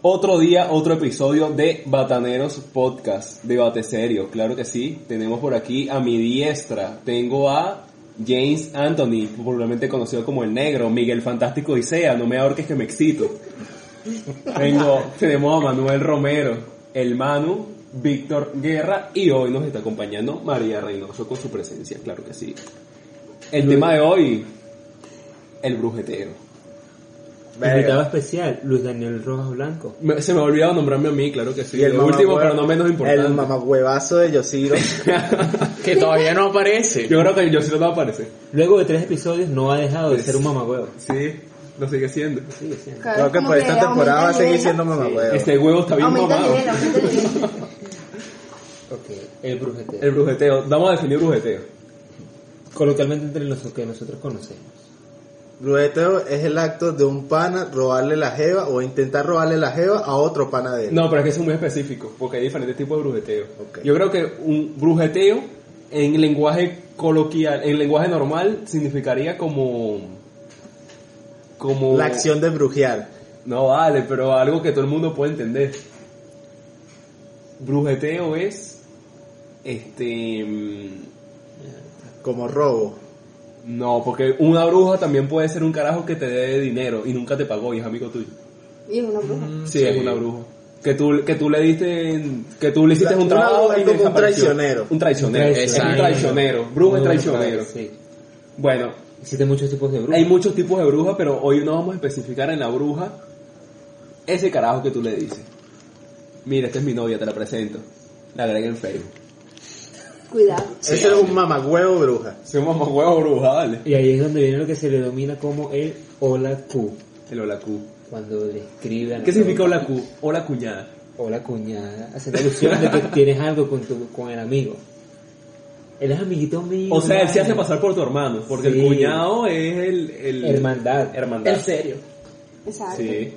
Otro día, otro episodio de Bataneros Podcast, debate serio, claro que sí. Tenemos por aquí a mi diestra, tengo a James Anthony, popularmente conocido como el negro, Miguel Fantástico y sea, no me ahorques que me excito. Tengo, tenemos a Manuel Romero, el Manu, Víctor Guerra y hoy nos está acompañando María Reynoso con su presencia, claro que sí. El tema de hoy, el brujetero. Invitado especial, Luis Daniel Rojas Blanco. Me- se me ha olvidado nombrarme a mí, claro que sí. Y el el último, mamagüe- pero no menos importante. El mamahuevazo de Yoshiro. Que todavía no aparece. Yo creo que yo sí lo va a aparecer. Luego de tres episodios no ha dejado de ser un mamagüeo. Sí, lo sigue siendo. Sigue siendo. Cada Creo vez que como por esta temporada va a aumenta el seguir nivel, siendo mamahuevo. Este huevo está bien Aumenta el mamado. nivel, aumenta el nivel. Ok, el brujetero. El brujeteo, vamos a definir brujeteo. Coloquialmente entre los que nosotros conocemos. Brujeteo es el acto de un pana robarle la jeva o intentar robarle la jeva a otro pana de él. No, pero es que eso es muy específico, porque hay diferentes tipos de brujeteo. Ok. Yo creo que un brujeteo en lenguaje coloquial, en lenguaje normal, significaría como... Como... La acción de brujear. No vale, pero algo que todo el mundo puede entender. Brujeteo es... Este... mm, Como robo. No, porque una bruja también puede ser un carajo que te dé dinero y nunca te pagó y es amigo tuyo. Y es una bruja. Mm, Sí, es una bruja. Que tú, que tú le diste, que tú le hiciste Una un trabajo bruja es y como un desapareció. traicionero. Un traicionero. Es un Exacto. traicionero. Bruja es Muy bueno, traicionero. Sí. Bueno, Existen muchos tipos de hay brujas. muchos tipos de brujas, pero hoy no vamos a especificar en la bruja ese carajo que tú le dices. Mira, esta es mi novia, te la presento. La agrega en Facebook. Cuidado. Ese es un mamahuevo bruja. Somos más huevos bruja, vale. Y ahí es donde viene lo que se le denomina como el hola Q. El hola Q. Cuando describen. ¿Qué significa hola Q? Hola cuñada. Hola cuñada. Haciendo alusión de que tienes algo con, tu, con el amigo. Él es amiguito mío. O sea, él se hace vale. pasar por tu hermano, porque Sí. el cuñado es el... el Hermandad. Hermandad. serio. Exacto. Sí.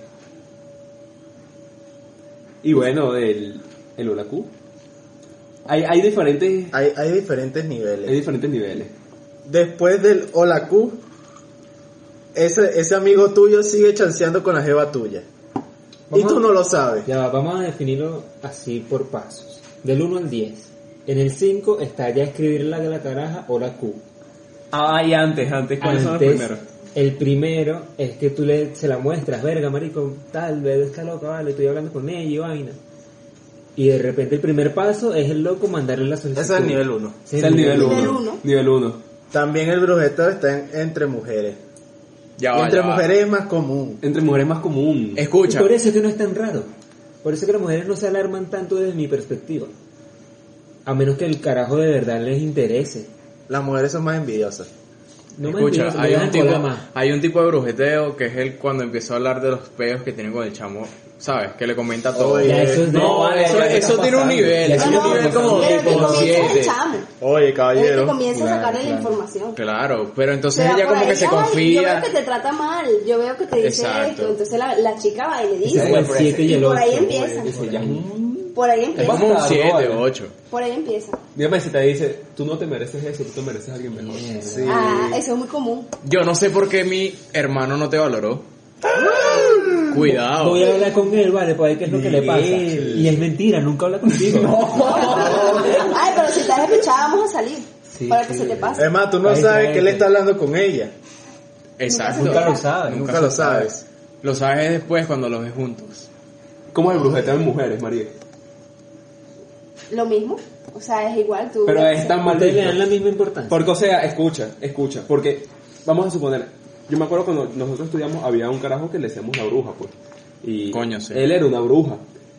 Y bueno, el, el Hola Q. Hay, hay, diferentes, Hay, hay diferentes hay niveles. diferentes niveles. Después del hola Q, ese, ese amigo tuyo sigue chanceando con la jeva tuya. Y Vamos tú a- no lo sabes. Ya, va, vamos a definirlo así por pasos. Del 1 al 10. En el 5 está ya escribir la, la caraja o la Q. Ah, y antes, antes, ¿cuáles son los primeros? el primero es que tú le, se la muestras, verga, marico, tal, vez está loca, vale, estoy hablando con ella y vaina. Y de repente el primer paso es el loco mandarle la solicitud. Ese es el nivel 1. Ese Ese es el nivel Nivel 1. uno. Nivel 1. También el brujeteo está en- entre mujeres. Ya Y va, entre ya va. mujeres es más común. Entre mujeres más común. Y Escucha. por eso es que no es tan raro. Por eso es que las mujeres no se alarman tanto desde mi perspectiva. A menos que el carajo de verdad les interese. Las mujeres son más envidiosas. No me Escucha, entiendas, me hay dejan un, tipo, colar más. hay un tipo de brujeteo que es el cuando empezó a hablar de los peos que tiene con el chamo, ¿sabes? Que le comenta todo. Oye, Ya, eso es de- no, vale, eso ya te eso está tiene un pasando. nivel, Ya eso te tiene está un nivel pasando. como, pero que como pues, comienza el siete. chamo. Oye, El que caballero. comienza a Claro, sacarle la claro. información. Claro, pero entonces Se pues, va ella por como que ahí, se "Ay, Yo veo confía. que te trata mal, yo veo que te dice Exacto. esto. Entonces la, la chica va y le Ese dice. fue el siete y Y el por ahí ocho, pues, empieza. güey. Dice, ya, mm. Por ahí Es empieza. como un Basta, no 7 vale. o 8. Por ahí empieza. Dígame pues, si te dice, tú no te mereces eso, tú te mereces a alguien mejor. Mierda. Sí. Ah, eso es muy común. Yo no sé por qué mi hermano no te valoró. Cuidado. Voy a hablar con él, vale, pues ver qué es lo que le pasa. Miguel. Y es mentira, nunca habla contigo. Ay, pero si estás despechada, vamos a salir. Sí, para que sí. se te pase. Es más, tú no Ahí sabes está que él ese. está hablando con ella. Exacto. Nunca lo sabes. Nunca lo sabes. Lo sabes después cuando los ves juntos. ¿Cómo es el brujeteo en mujeres, María? Lo mismo. O sea, es igual. Tú Pero es tan mal Ustedes le visto. dan la misma importancia. Porque, o sea, escucha, escucha. Porque, vamos a suponer, yo me acuerdo cuando nosotros estudiamos, había un carajo que le decíamos la bruja, pues. Y Coño, sí. él era una bruja.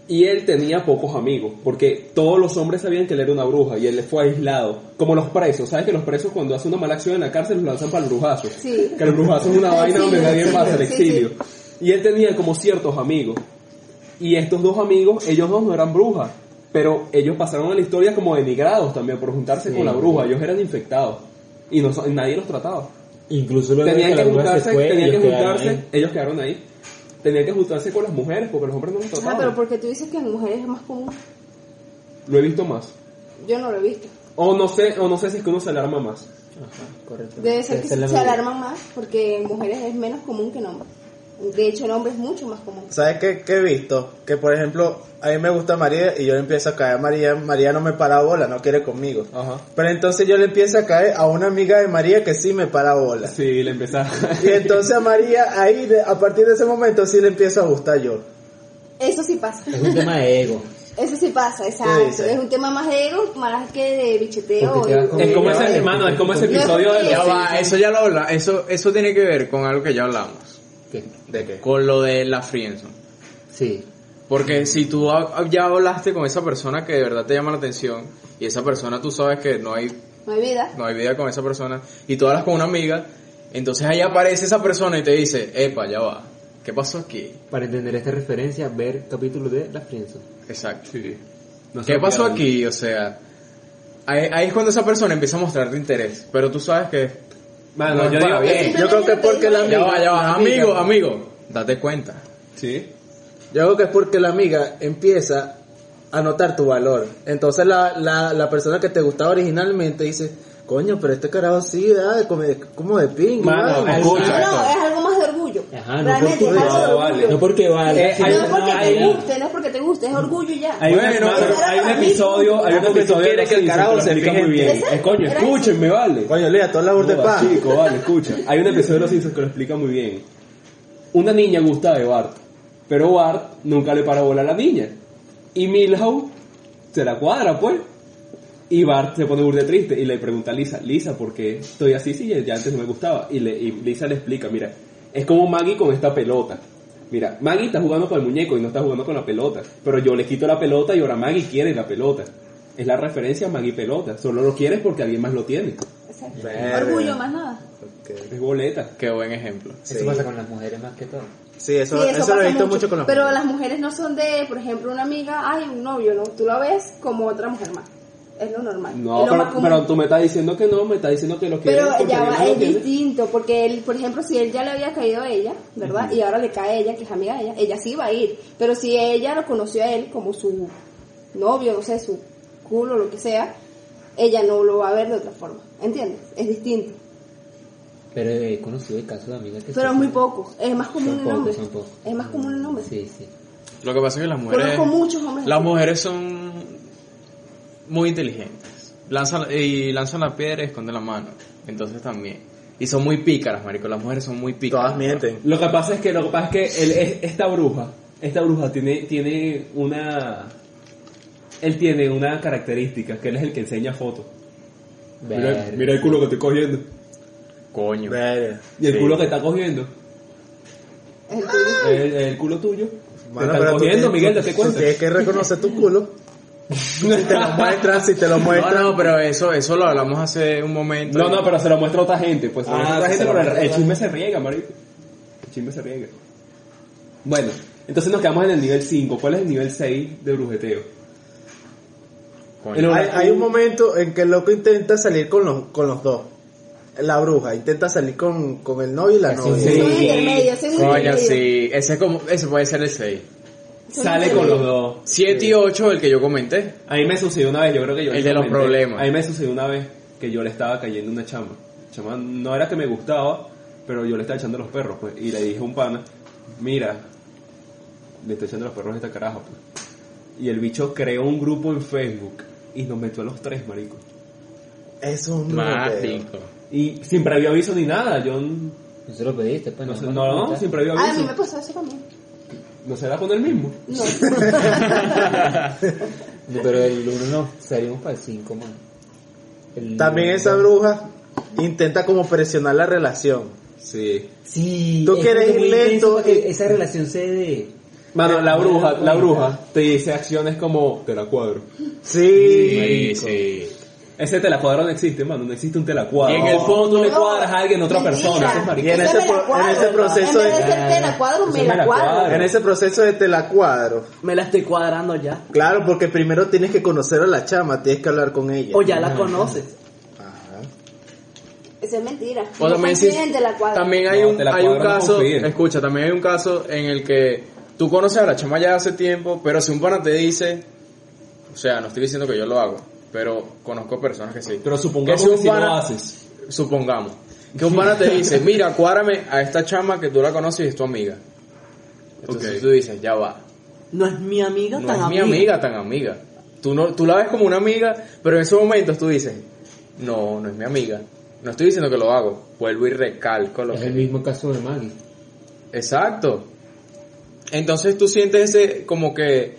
Y él tenía pocos amigos, porque todos los hombres sabían que él era una bruja y él le fue aislado. Como los presos, ¿sabes que los presos cuando hacen una mala acción en la cárcel los lanzan para el brujazo? Sí. Que el brujazo es una Al vaina donde exilio, nadie sí, pasa, el sí, exilio. sí. Y él tenía como ciertos amigos. Y estos dos amigos, ellos dos no eran brujas, pero ellos pasaron a la historia como denigrados también por juntarse Sí. con la bruja. Ellos eran infectados y no, so- nadie los trataba. Incluso luego de Tenían que la bruja se juntarse, fue, tenían que ellos quedaron juntarse, ahí. ellos quedaron ahí. Tenían que juntarse con las mujeres porque los hombres no los Ah, pero trataban. porque tú dices que en mujeres es más común. Lo he visto más. Yo no lo he visto. O no sé, o no sé si es que uno se alarma más. Ajá, correcto. Debe ser que Esa es la se medida. alarman más porque en mujeres es menos común que en hombres. De hecho, el hombre es mucho más común. ¿Sabes qué, qué he visto? Que por ejemplo, a mí me gusta María y yo le empiezo a caer a María. María no me para bola, no quiere conmigo. Ajá. Pero entonces yo le empiezo a caer a una amiga de María que sí me para bola. Sí, le empezaba. Y entonces a María ahí, de- a partir de ese momento sí le empiezo a gustar yo. Eso sí pasa. Es un tema de ego. Eso sí pasa, exacto. dice? Es un tema más de ego, más que de bicheteo. Porque te vas con- es como ese, hermano, es como ese episodio de los Ya va, eso ya lo habla, eso, eso tiene que ver con algo que ya hablamos, ¿Qué? ¿De qué? con lo de la friendzone. Sí. Porque si tú ha- ya hablaste con esa persona que de verdad te llama la atención y esa persona tú sabes que no hay No hay vida. no hay vida con esa persona y tú hablas con una amiga, entonces ahí aparece esa persona y te dice, "Epa, ya va. ¿Qué pasó aquí?" Para entender esta referencia, ver capítulo de Las Friendzone. Exacto. Sí. No ¿Qué se pasó olvidaron. aquí? O sea, ahí, ahí es cuando esa persona empieza a mostrarte interés, pero tú sabes que Mano, No, yo para digo bien. que- Yo creo que porque la ya va, ya va, Amiga. amigo, amigo, date cuenta. Sí. Yo creo que es porque la amiga empieza a notar tu valor. Entonces la, la, la persona que te gustaba originalmente dice, coño, pero este carajo sí, da de come- como de ping. Mano, vale". No, escucha. no, esto. es algo más de orgullo. Ajá, no Realmente porque- es algo de No, vale. orgullo. No porque vale. Eh, sino hay- No es porque te hay- guste, no es porque te guste, es orgullo y ya. Hay, una- Bueno, mano, pero- hay un episodio, hay un Ah, porque tú episodio quieres que el Los Simpsons carajo lo se explica fije muy en bien. ti. Eh, coño, Era escúchenme, vale. Coño, Lea, toda la burda de Joda, paz. chico, vale, escucha. Hay un episodio de Los Simpsons que lo explica muy bien. Una niña gusta de Bart, pero Bart nunca le para bola a la niña. Y Milhouse se la cuadra, pues. Y Bart se pone burde triste y le pregunta a Lisa, Lisa, ¿por qué estoy así? Sí, ya antes no me gustaba. Y, le- y Lisa le explica, mira, es como Maggie con esta pelota. Mira, Maggie está jugando con el muñeco y no está jugando con la pelota. Pero yo le quito la pelota y ahora Maggie quiere la pelota. Es la referencia a Maggie pelota. Solo lo quieres porque alguien más lo tiene. Exacto. Verga. Orgullo, más nada. Ok. Es boleta. Qué buen ejemplo. Eso Sí. pasa con las mujeres más que todo. Sí, eso, Sí, eso, lo he pasa visto mucho con los Pero las mujeres no son de, por ejemplo, una amiga, ay, un novio, no. Tú la ves como otra mujer más. Es lo normal. No, es lo pero, más común. pero tú me estás diciendo que no, me estás diciendo que lo quieres. Pero porque ya alguien va, más lo es tiene. distinto, porque él, por ejemplo, si él ya le había caído a ella, ¿verdad? Y ahora le cae a ella, que es amiga de ella, ella sí va a ir. Pero si ella lo conoció a él como su novio, no sé, su culo, lo que sea, ella no lo va a ver de otra forma, ¿entiendes? Es distinto. Pero he conocido el caso de amigas que Pero es son- muy poco, es más común Son en hombres. pocos, son pocos. Es más común en hombres. Sí, sí. Lo que pasa es que las mujeres Conozco muchos hombres. Las así. mujeres son muy inteligentes. Lanzan, y lanzan la piedra y esconden la mano. Entonces también. Y son muy pícaras, marico. Las mujeres son muy pícaras. Todas mienten. Lo que pasa es que lo que pasa es que él es- esta bruja, esta bruja tiene tiene una él tiene una característica que él es el que enseña fotos. Mira, Verga. mira el culo que estoy cogiendo Coño. Verga. y el Sí. culo que está cogiendo, Es el tuyo. el, el culo tuyo. Mano, te pero están tú cogiendo, tienes- Miguel, tú- date tú cuenta. Tienes que reconocer tu culo. Si te lo muestran, si te lo No, muestran. no, pero eso, eso lo hablamos hace un momento. No, no, pero se lo muestra a otra gente, pues se lo Ah, muestra a otra se gente, lo pero el, muestra a el otra chisme se riega, marico. El chisme se riega. Bueno, entonces nos quedamos en el nivel 5. ¿Cuál es el nivel 6 de brujeteo? Coño. El- Hay, hay un momento en que el loco intenta salir con los, con los dos. La bruja intenta salir con, con el novio y la Así novia. Son Sí. intermedios, son Coño, intermedios. sí. Ese, es como, ese puede ser el 6. Son Sale con intermedios. los dos. 7 y 8, el que yo comenté. A mí me sucedió una vez, yo creo que yo... El les de los comenté. problemas. A mí me sucedió una vez que yo le estaba cayendo una chama. Chama no era que me gustaba, pero yo le estaba echando los perros, pues. Y le dije a un pana, mira, le estoy echando los perros a esta caraja, pues. Y el bicho creó un grupo en Facebook y nos metió a los tres, marico. Es un broteo. Marico. Y sin previo aviso ni nada, yo... n- No se lo pediste, pues. No, sé, me no, no, cuenta. sin previo Ah, a mí aviso. me pasó eso también. ¿No será con el mismo? No. Pero el 1 no, salimos para el 5, man. El- También esa bruja intenta como presionar la relación. Sí. Sí. Tú es quieres como ir muy intenso lento eh. para que y- Esa relación se dé. Mano, la bruja, la bruja te dice acciones como... Te la cuadro. Sí. Sí, sí. Ese telacuadro no existe, mano. No existe un telacuadro. Y en el fondo tú le No, cuadras a alguien, a otra mentira. persona. Eso es Y mariquita. en ese me la pro- en cuadro, ese proceso En vez de- de ser tela cuadro, Eso me la cuadro. En ese proceso de telacuadro. Me la estoy cuadrando ya. Claro, porque primero tienes que conocer a la chama, tienes que hablar con ella. O ya la conoces. Ajá. Eso es mentira. O No también, confíen si- en tela cuadro. también hay No, un, te la hay un cuadro no caso, confíen. escucha, también hay un caso en el que tú conoces a la chama ya hace tiempo, pero si un pana te dice, o sea, no estoy diciendo que yo lo hago, pero conozco personas que sí. Pero supongamos Que si que, un si pana- lo haces. Supongamos. Que un pana te dice, mira, cuádrame a esta chama que tú la conoces y es tu amiga. Entonces Ok. tú dices, ya va. No es mi amiga No tan es mi amiga tan amiga. Tú, no, tú la ves como una amiga, pero en esos momentos tú dices, no, no es mi amiga. No estoy diciendo que lo hago. Vuelvo y recalco lo Es que el mismo caso de Maggie. Exacto. Entonces tú sientes ese como que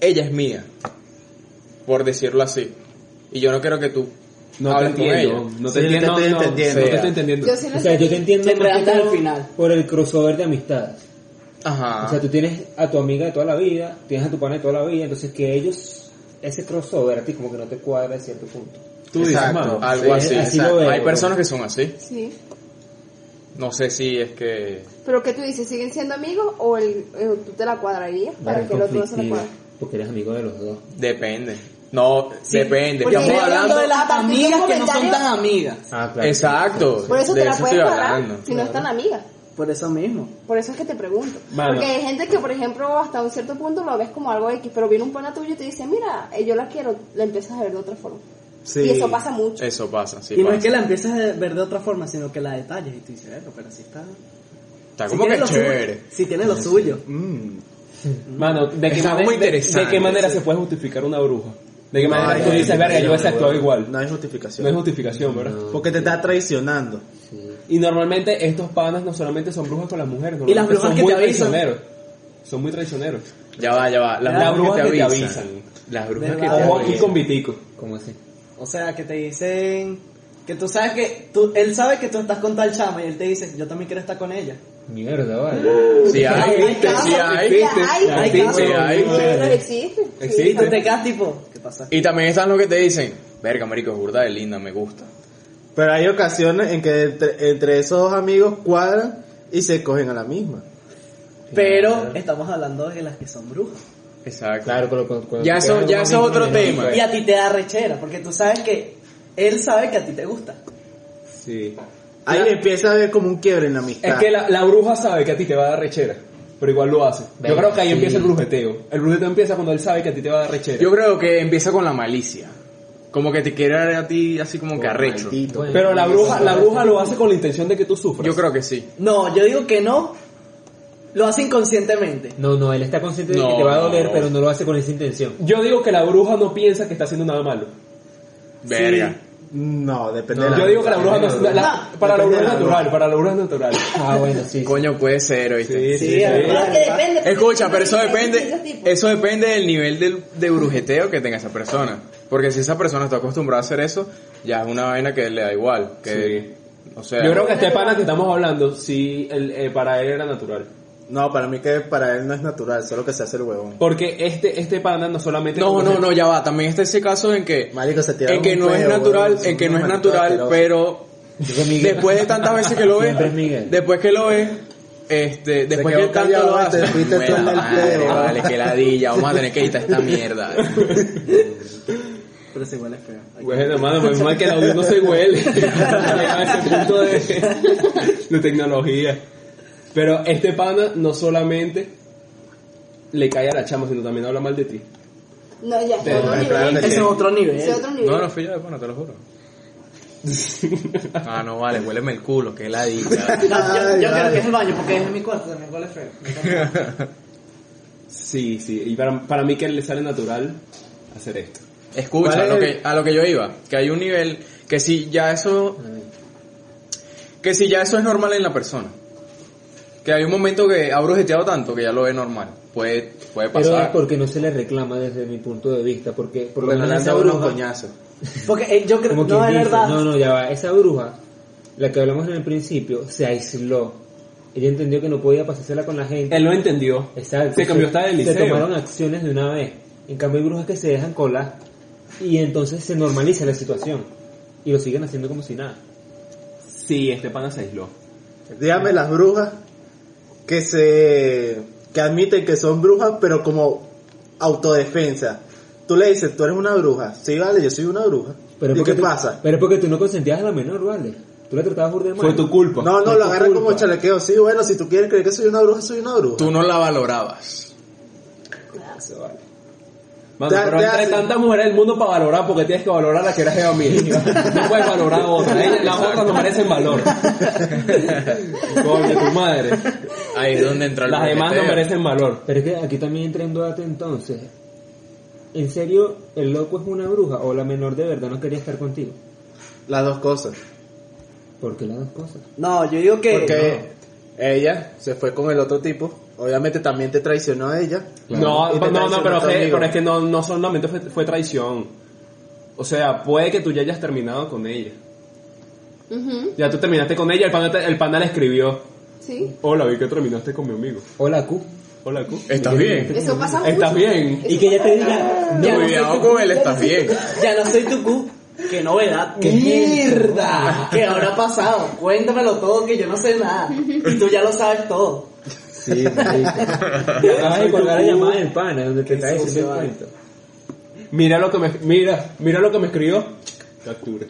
ella es mía, por decirlo así. Y yo no quiero que tú No te hables con entiendo. ella. No Sí, te no te entiendo. estoy no, entendiendo. No te estoy entendiendo. Yo sí lo O sea, yo te entendí. entiendo Siempre más que hasta el todo final. por el crossover de amistades. Ajá. O Ah. sea, tú tienes a tu amiga de toda la vida, tienes a tu pana de toda la vida, entonces que ellos, ese crossover a ti como que no te cuadra a cierto punto. Tú dices, Exacto. mano. algo sí, así. así lo exacto. veo, Hay personas bro. que son así. Sí. No sé si es que... Pero ¿qué tú dices? ¿Siguen siendo amigos o el, el- tú te la cuadrarías para Es que el otro no se la conflictivo, cuadre? porque eres amigo de los dos. Depende. No, depende. porque Estamos yo- hablando... de las Aparte, amigas un que no son comentario- tan amigas. Ah, Exacto. Por eso de te la eso puedes estoy cuadrar hablando. si no es tan amiga. Por eso mismo. Por eso es que te pregunto. Mano. Porque hay gente que, por ejemplo, hasta un cierto punto lo ves como algo X, pero viene un pana tuyo y te dice, mira, eh, yo la quiero, la empiezas a ver de otra forma. Sí. Y eso pasa mucho. Eso pasa, sí y no pasa. es que la empieces a ver de otra forma, sino que la detalles. Y tú dices, "Verga, pero si está... Está si como tiene que lo suyo. chévere. Si tiene lo suyo. Mm. Mano, ¿de qué, Está manera, muy de- de, interesante, qué manera sí. se puede justificar una bruja? ¿De qué No, manera no, tú no, dices, no, verga, yo no, hubiese actuado igual? No hay No es justificación. justificación, ¿verdad? Porque te está traicionando. Y normalmente estos panas no solamente son brujas con las mujeres, Y las normalmente brujas son que muy te avisan. traicioneros. Son muy traicioneros. Ya va, ya va. Las Las brujas que te brujas que te avisan. Las brujas que te ¿Verdad? Ah, Ojo aquí avisan. con Vitico. ¿Cómo así? O sea, que te dicen... Que tú sabes que... Tú, él sabe que tú estás con tal chama y él te dice, yo también quiero estar con ella. Mierda, vale. Sí hay, viste, Eh, sí hay. Ay, Hay ay, sí hay. Sí, pero existe. Sí. Existe. Y te quedas tipo, ¿qué pasa? Y también están los que te dicen, verga, marico, es burda de linda, me gusta. Pero hay ocasiones en que entre, entre esos amigos cuadran y se cogen a la misma. Pero estamos hablando de las que son brujas. Exacto. Claro, pero con, con- Ya eso, con- ya eso es otro tema. Y a ti te da rechera, porque tú sabes que él sabe que a ti te gusta. Sí. Ahí La- empieza a ver como un quiebre en la amistad. Es que la, la bruja sabe que a ti te va a dar rechera, pero igual lo hace. Yo Venga, creo que ahí sí. empieza el brujeteo. El brujeteo empieza cuando él sabe que a ti te va a dar rechera. Yo creo que empieza con la malicia. Como que te quiere dar a ti así como que arrecho. Maldito. Bueno, pero la bueno, bruja, eso- la bruja lo hace con la intención de que tú sufras. Yo creo que sí. No, yo digo que no. Lo hace inconscientemente. No, no, él está consciente de No, que te va a doler, no. pero no lo hace con esa intención. Yo digo que la bruja no piensa que está haciendo nada malo. Verga. No, depende de la Yo digo que la bruja no, amistad. la- la- para la bruja depende es de la natural, para la bruja es natural. Ah, bueno, sí. Coño, puede ser, oíste. Sí, sí, sí. Pero es que depende. porque Escucha, pero eso hay depende, distintos tipos. eso depende del nivel del- de brujeteo que tenga esa persona. Porque si esa persona está acostumbrada a hacer eso, ya es una vaina que le da igual. Que, O sea, Yo creo que este pana que estamos hablando, sí, el, eh, para él era natural. No, para mí que para él no es natural, solo que se hace el huevón. Porque este, este pana no solamente... no, no, no, ya va. También está ese caso en que, Marico, se tira en que no es natural, en que no es natural, pero después de tantas veces que lo ves, Siempre es Miguel. después que lo ves, este, después quedó que tanto callado, lo te haces, fuiste tú en Bueno, el madre, pleo. vale, que ladilla, vamos a tener que editar esta mierda. Pero si igual es feo. Güey, hermano, menos mal que el audio no se huele. a ese punto de, de tecnología. Pero este pana no solamente le cae a la chama, sino también habla mal de ti. No, ya, Pero, otro claro, nivel. Ese es otro nivel. Ese es otro nivel. No, no fui yo de pana, te lo juro. Ah, no vale, huéleme el culo, que ladilla. Yo, yo- yo Ay, creo vale. que es el baño, porque es en mi cuarto, también cuál es feo. Sí, sí. Y para, para mí que le sale natural hacer esto. Escucha, ¿Cuál a es lo, el- que, a lo que yo iba, que hay un nivel que si ya eso que si ya eso es normal en la persona. Que hay un momento que ha brujeteado tanto que ya lo ve normal. Puede puede Pero es pasar. porque no se le reclama desde mi punto de vista, porque por lo Bueno, le menos han esa dado unos bruja, coñazos. Porque eh, yo creo como que quien no es dice, verdad. no, no, ya va, esa bruja, la que hablamos en el principio, se aisló. Ella entendió que no podía pasársela con la gente. Él lo entendió. Exacto. Se cambió hasta del Se liceo. tomaron acciones de una vez. En cambio hay brujas que se dejan colar y entonces se normaliza la situación y lo siguen haciendo como si nada. Sí, este pana se aisló. Dígame las brujas que se que admiten que son brujas, pero como autodefensa. Tú le dices, tú eres una bruja. Sí, vale, yo soy una bruja. Pero es ¿Y porque qué tú- pasa? Pero es porque tú no consentías a la menor, ¿vale? Tú la tratabas burda de mal. Fue tu culpa. No, no, es lo tu agarran como culpa. chalequeo. Sí, bueno, si tú quieres creer que soy una bruja, soy una bruja. Tú no la valorabas. Mano, Te- pero te entre hace- tantas mujeres del mundo para valorar, porque tienes que valorar la que eres jeva mía. No puedes valorar otra. Ella- Las otras no merecen valor. Coño, tu madre. Ahí es donde entra el Las demás no boqueteo. merecen valor. Pero es que aquí también entra en debate entonces. ¿En serio el loco es una bruja o la menor de verdad no quería estar contigo? Las dos cosas. Porque las dos cosas. No, yo digo que. Porque ella se fue con el otro tipo. Obviamente también te traicionó a ella. No, Y no, no, te traicionó pero, a tu que- amigo. pero es que no, no solamente fue, fue traición. O sea, puede que tú ya hayas terminado con ella. Ujú, Ya tú terminaste con ella, el pana, te- el pana le escribió. Sí. Hola, vi que terminaste con mi amigo. Hola, Q. Hola, Q. Estás bien. Eso pasa mucho. ¿Estás bien? Eso Y que ella te pasa diga, Cuidado con él, estás bien. Ya no soy tu cu. ¡Qué novedad! Qué ¡Mierda! ¿Qué habrá pasado? Cuéntamelo todo que yo no sé nada. Y tú ya lo sabes todo. Sí, Acabas de colgar la llamada del pana donde te está diciendo el cuento. Mira lo que me mira, mira lo que me escribió. Capture.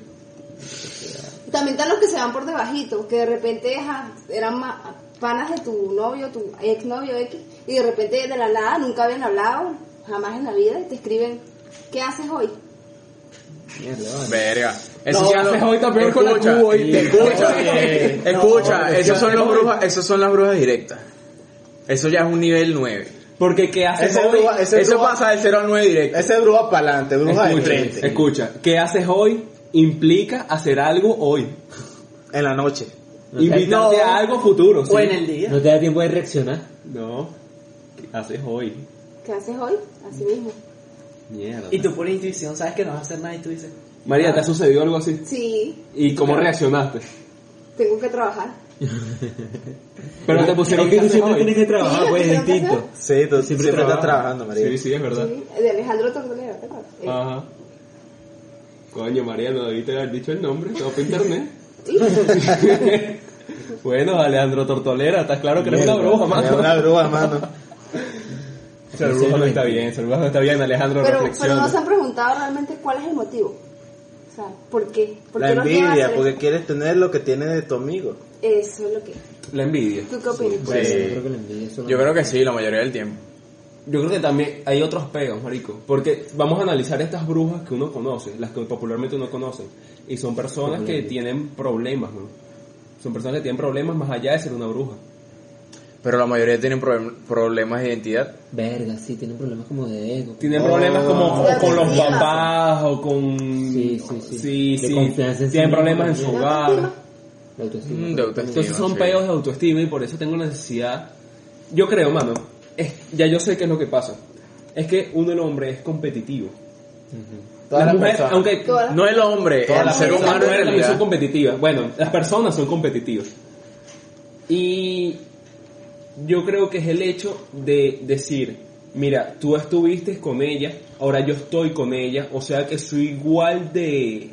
También están los que se van por debajito, que de repente ajá, eran ma- panas de tu novio, tu exnovio X, y de repente de la nada nunca habían hablado, jamás en la vida, y te escriben, ¿qué haces hoy? Verga. Eso No, sí es haces lo- hoy está peor con la Escucha, Q hoy. Escucha, No, escucha. no, Esos son los brujas, esos son las brujas directas. Eso ya es un nivel 9. Porque qué haces Ese hoy? bruja- ese Eso bruja- pasa del 0 al 9 directo. Ese es bruja para adelante, bruja de escucha, frente. escucha, ¿qué haces hoy? Implica hacer algo hoy. En la noche. Invitarte no. a algo futuro. ¿sí? O en el día. No te da tiempo de reaccionar. No. ¿Qué haces hoy? ¿Qué haces hoy? Así mismo. Mierda. Y tú por intuición sabes que no vas a hacer nada y tú dices. María, ¿te ha sucedido algo así? Sí, ¿Y cómo reaccionaste? tengo que trabajar. Pero te pusieron Es que que tú haces siempre tienes hoy. que trabajar, Sí, pues es tengo que distinto. hacer. Sí, tú siempre, trabaja. estás trabajando, María. Sí, sí, es verdad. Sí, de Alejandro Tortolero, ¿te acuerdas? Eh, Ah. Ajá. Coño, María, no debiste haber dicho el nombre, todo por internet. Eh, sí. bueno, Alejandro Tortolera, estás claro que eres una bruja, Es mano. una bruja, mano. Ser bruja no está bien, ser bruja no está bien, Alejandro, pero, pero reflexiona. no se han preguntado realmente cuál es el motivo. O sea, ¿por qué? ¿Por La qué los lleva a envidia, hacer porque quieres tener lo que tiene de tu amigo. Eso es lo que... La envidia. ¿Tú qué opinas? Bueno, Pues, yo creo que la envidia es solo- Yo creo que sí, la mayoría del tiempo. Yo creo que también hay otros pegas, marico. Porque vamos a analizar estas brujas que uno conoce, las que popularmente uno conoce. Y son personas que tienen problemas, ¿no? Son personas que tienen problemas más allá de ser una bruja. Pero la mayoría tienen problem- problemas de identidad. Verga, sí, tienen problemas como de ego. Tienen Oh. problemas como La o con los autoestima. papás o con... Sí, sí, sí. Sí, De sí. confianza en sí Tienen mismo problemas en su también. hogar. La autoestima. Mm, de autoestima. Entonces son sí. peos de autoestima y por eso tengo la necesidad. Yo creo, mano, es- ya yo sé qué es lo que pasa. Es que uno el hombre es competitivo. Todas Las las mujeres, personas. aunque Todas No el hombre, todas el las ser personas humano en también son realidad. competitivas. Bueno, las personas son competitivas. Y yo creo que es el hecho de decir, mira, tú estuviste con ella, ahora yo estoy con ella, o sea que soy igual de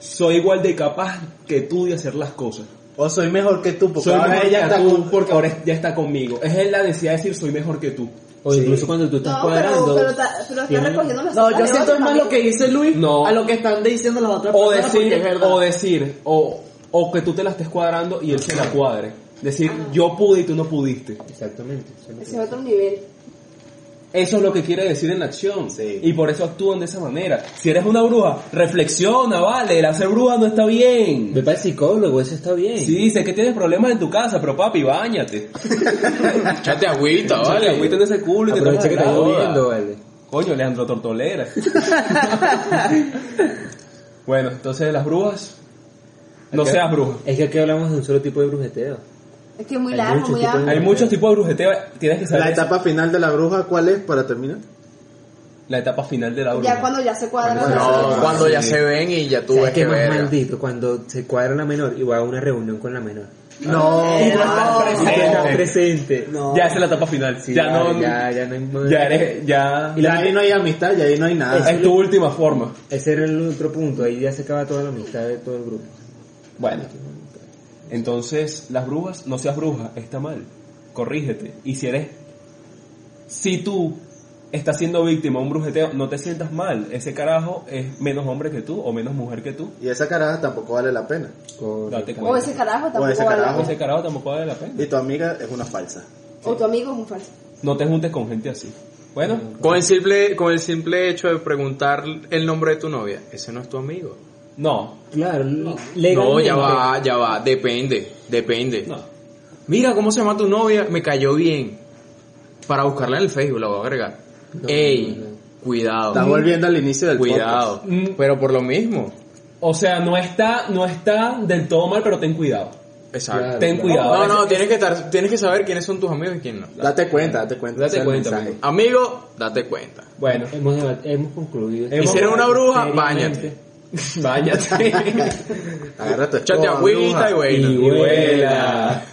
soy igual de capaz que tú de hacer las cosas. O soy mejor que tú, porque soy ahora mejor ella que está tú con... porque ahora ya está conmigo. Es la necesidad de decir soy mejor que tú. O incluso cuando tú estás No, cuadrando. pero, pero, ta- pero estás tienen- recogiendo las No, yo otras siento es más lo que dice Luis No. a lo que están diciendo las otras O personas, porque decir, es verdad. o decir, o, o que tú te la estés cuadrando y él se la cuadre. Decir, yo pude y tú no pudiste. Exactamente. eso es lo que- Ese es otro nivel. Eso es lo que quiere decir en la acción. Sí. Y por eso actúan de esa manera. Si eres una bruja, reflexiona, vale. El hacer bruja no está bien. Ve para el psicólogo, eso está bien. Sí, sé que tienes problemas en tu casa, pero papi, bañate. Échate agüita, Vale, vale. agüita en ese culo y te Aprovecha que tomas está la joda. lloviendo, vale. Coño, Leandro Tortolera. bueno, entonces las brujas. No Ok. seas bruja. Es que aquí hablamos de un solo tipo de brujeteo. Es que es muy Hay largo, muchos muy tipos de- amplio. Hay muchos tipos de brujeteo. Tienes que saber La eso. etapa final de la bruja, ¿cuál es para terminar? la etapa final de la bruja. Ya cuando ya se cuadra Cuando- la No, regla. cuando ya se ven y ya tú ¿Sabes ves qué que más verga. maldito? Cuando se cuadra la menor y va a una reunión con la menor. No, Y tú estás presente. no. Estás presente. No. Ya esa es la etapa final. Sí, ya no. Ya, ya no hay más. ya eres. Ya. Y ya la- ahí no hay amistad, ya ahí no hay nada. es tu última forma. Ese era el otro punto. Ahí ya se acaba toda la amistad de todo el grupo. Bueno. Entonces, las brujas, no seas bruja, está mal. Corrígete. Y si eres. Si tú estás siendo víctima de un brujeteo, no te sientas mal. Ese carajo es menos hombre que tú o menos mujer que tú. Y esa caraja tampoco vale la pena. Date O cuenta. ese carajo tampoco. O ese vale. carajo. Ese carajo tampoco vale la pena. Y tu amiga es una falsa. O tu amigo es un falso. No te juntes con gente así. Bueno, Con el simple, con el simple hecho de preguntar el nombre de tu novia, ese no es tu amigo. no, Claro, legalmente. No, ya va, ya va, depende, depende. no. Mira cómo se llama tu novia, me cayó bien. Para buscarla en el Facebook, la voy a agregar. No, Ey, no, no. Estás cuidado, volviendo al inicio del cuidado. podcast. Mm. Pero por lo mismo, O sea, no está, no está del todo mal, pero ten cuidado. exacto. ten claro. cuidado. No, no, tienes que, estar, tienes que saber quiénes son tus amigos y quién no. podcast. Date cuenta, date cuenta. Date ese es el cuenta, mensaje. Amigo, date cuenta. Bueno, Hemos, debat- hemos concluido. Hemos- Y si eres una bruja, Seriamente. bañate. báñate. Agárrate. Échate agüita y bueno. y vuela.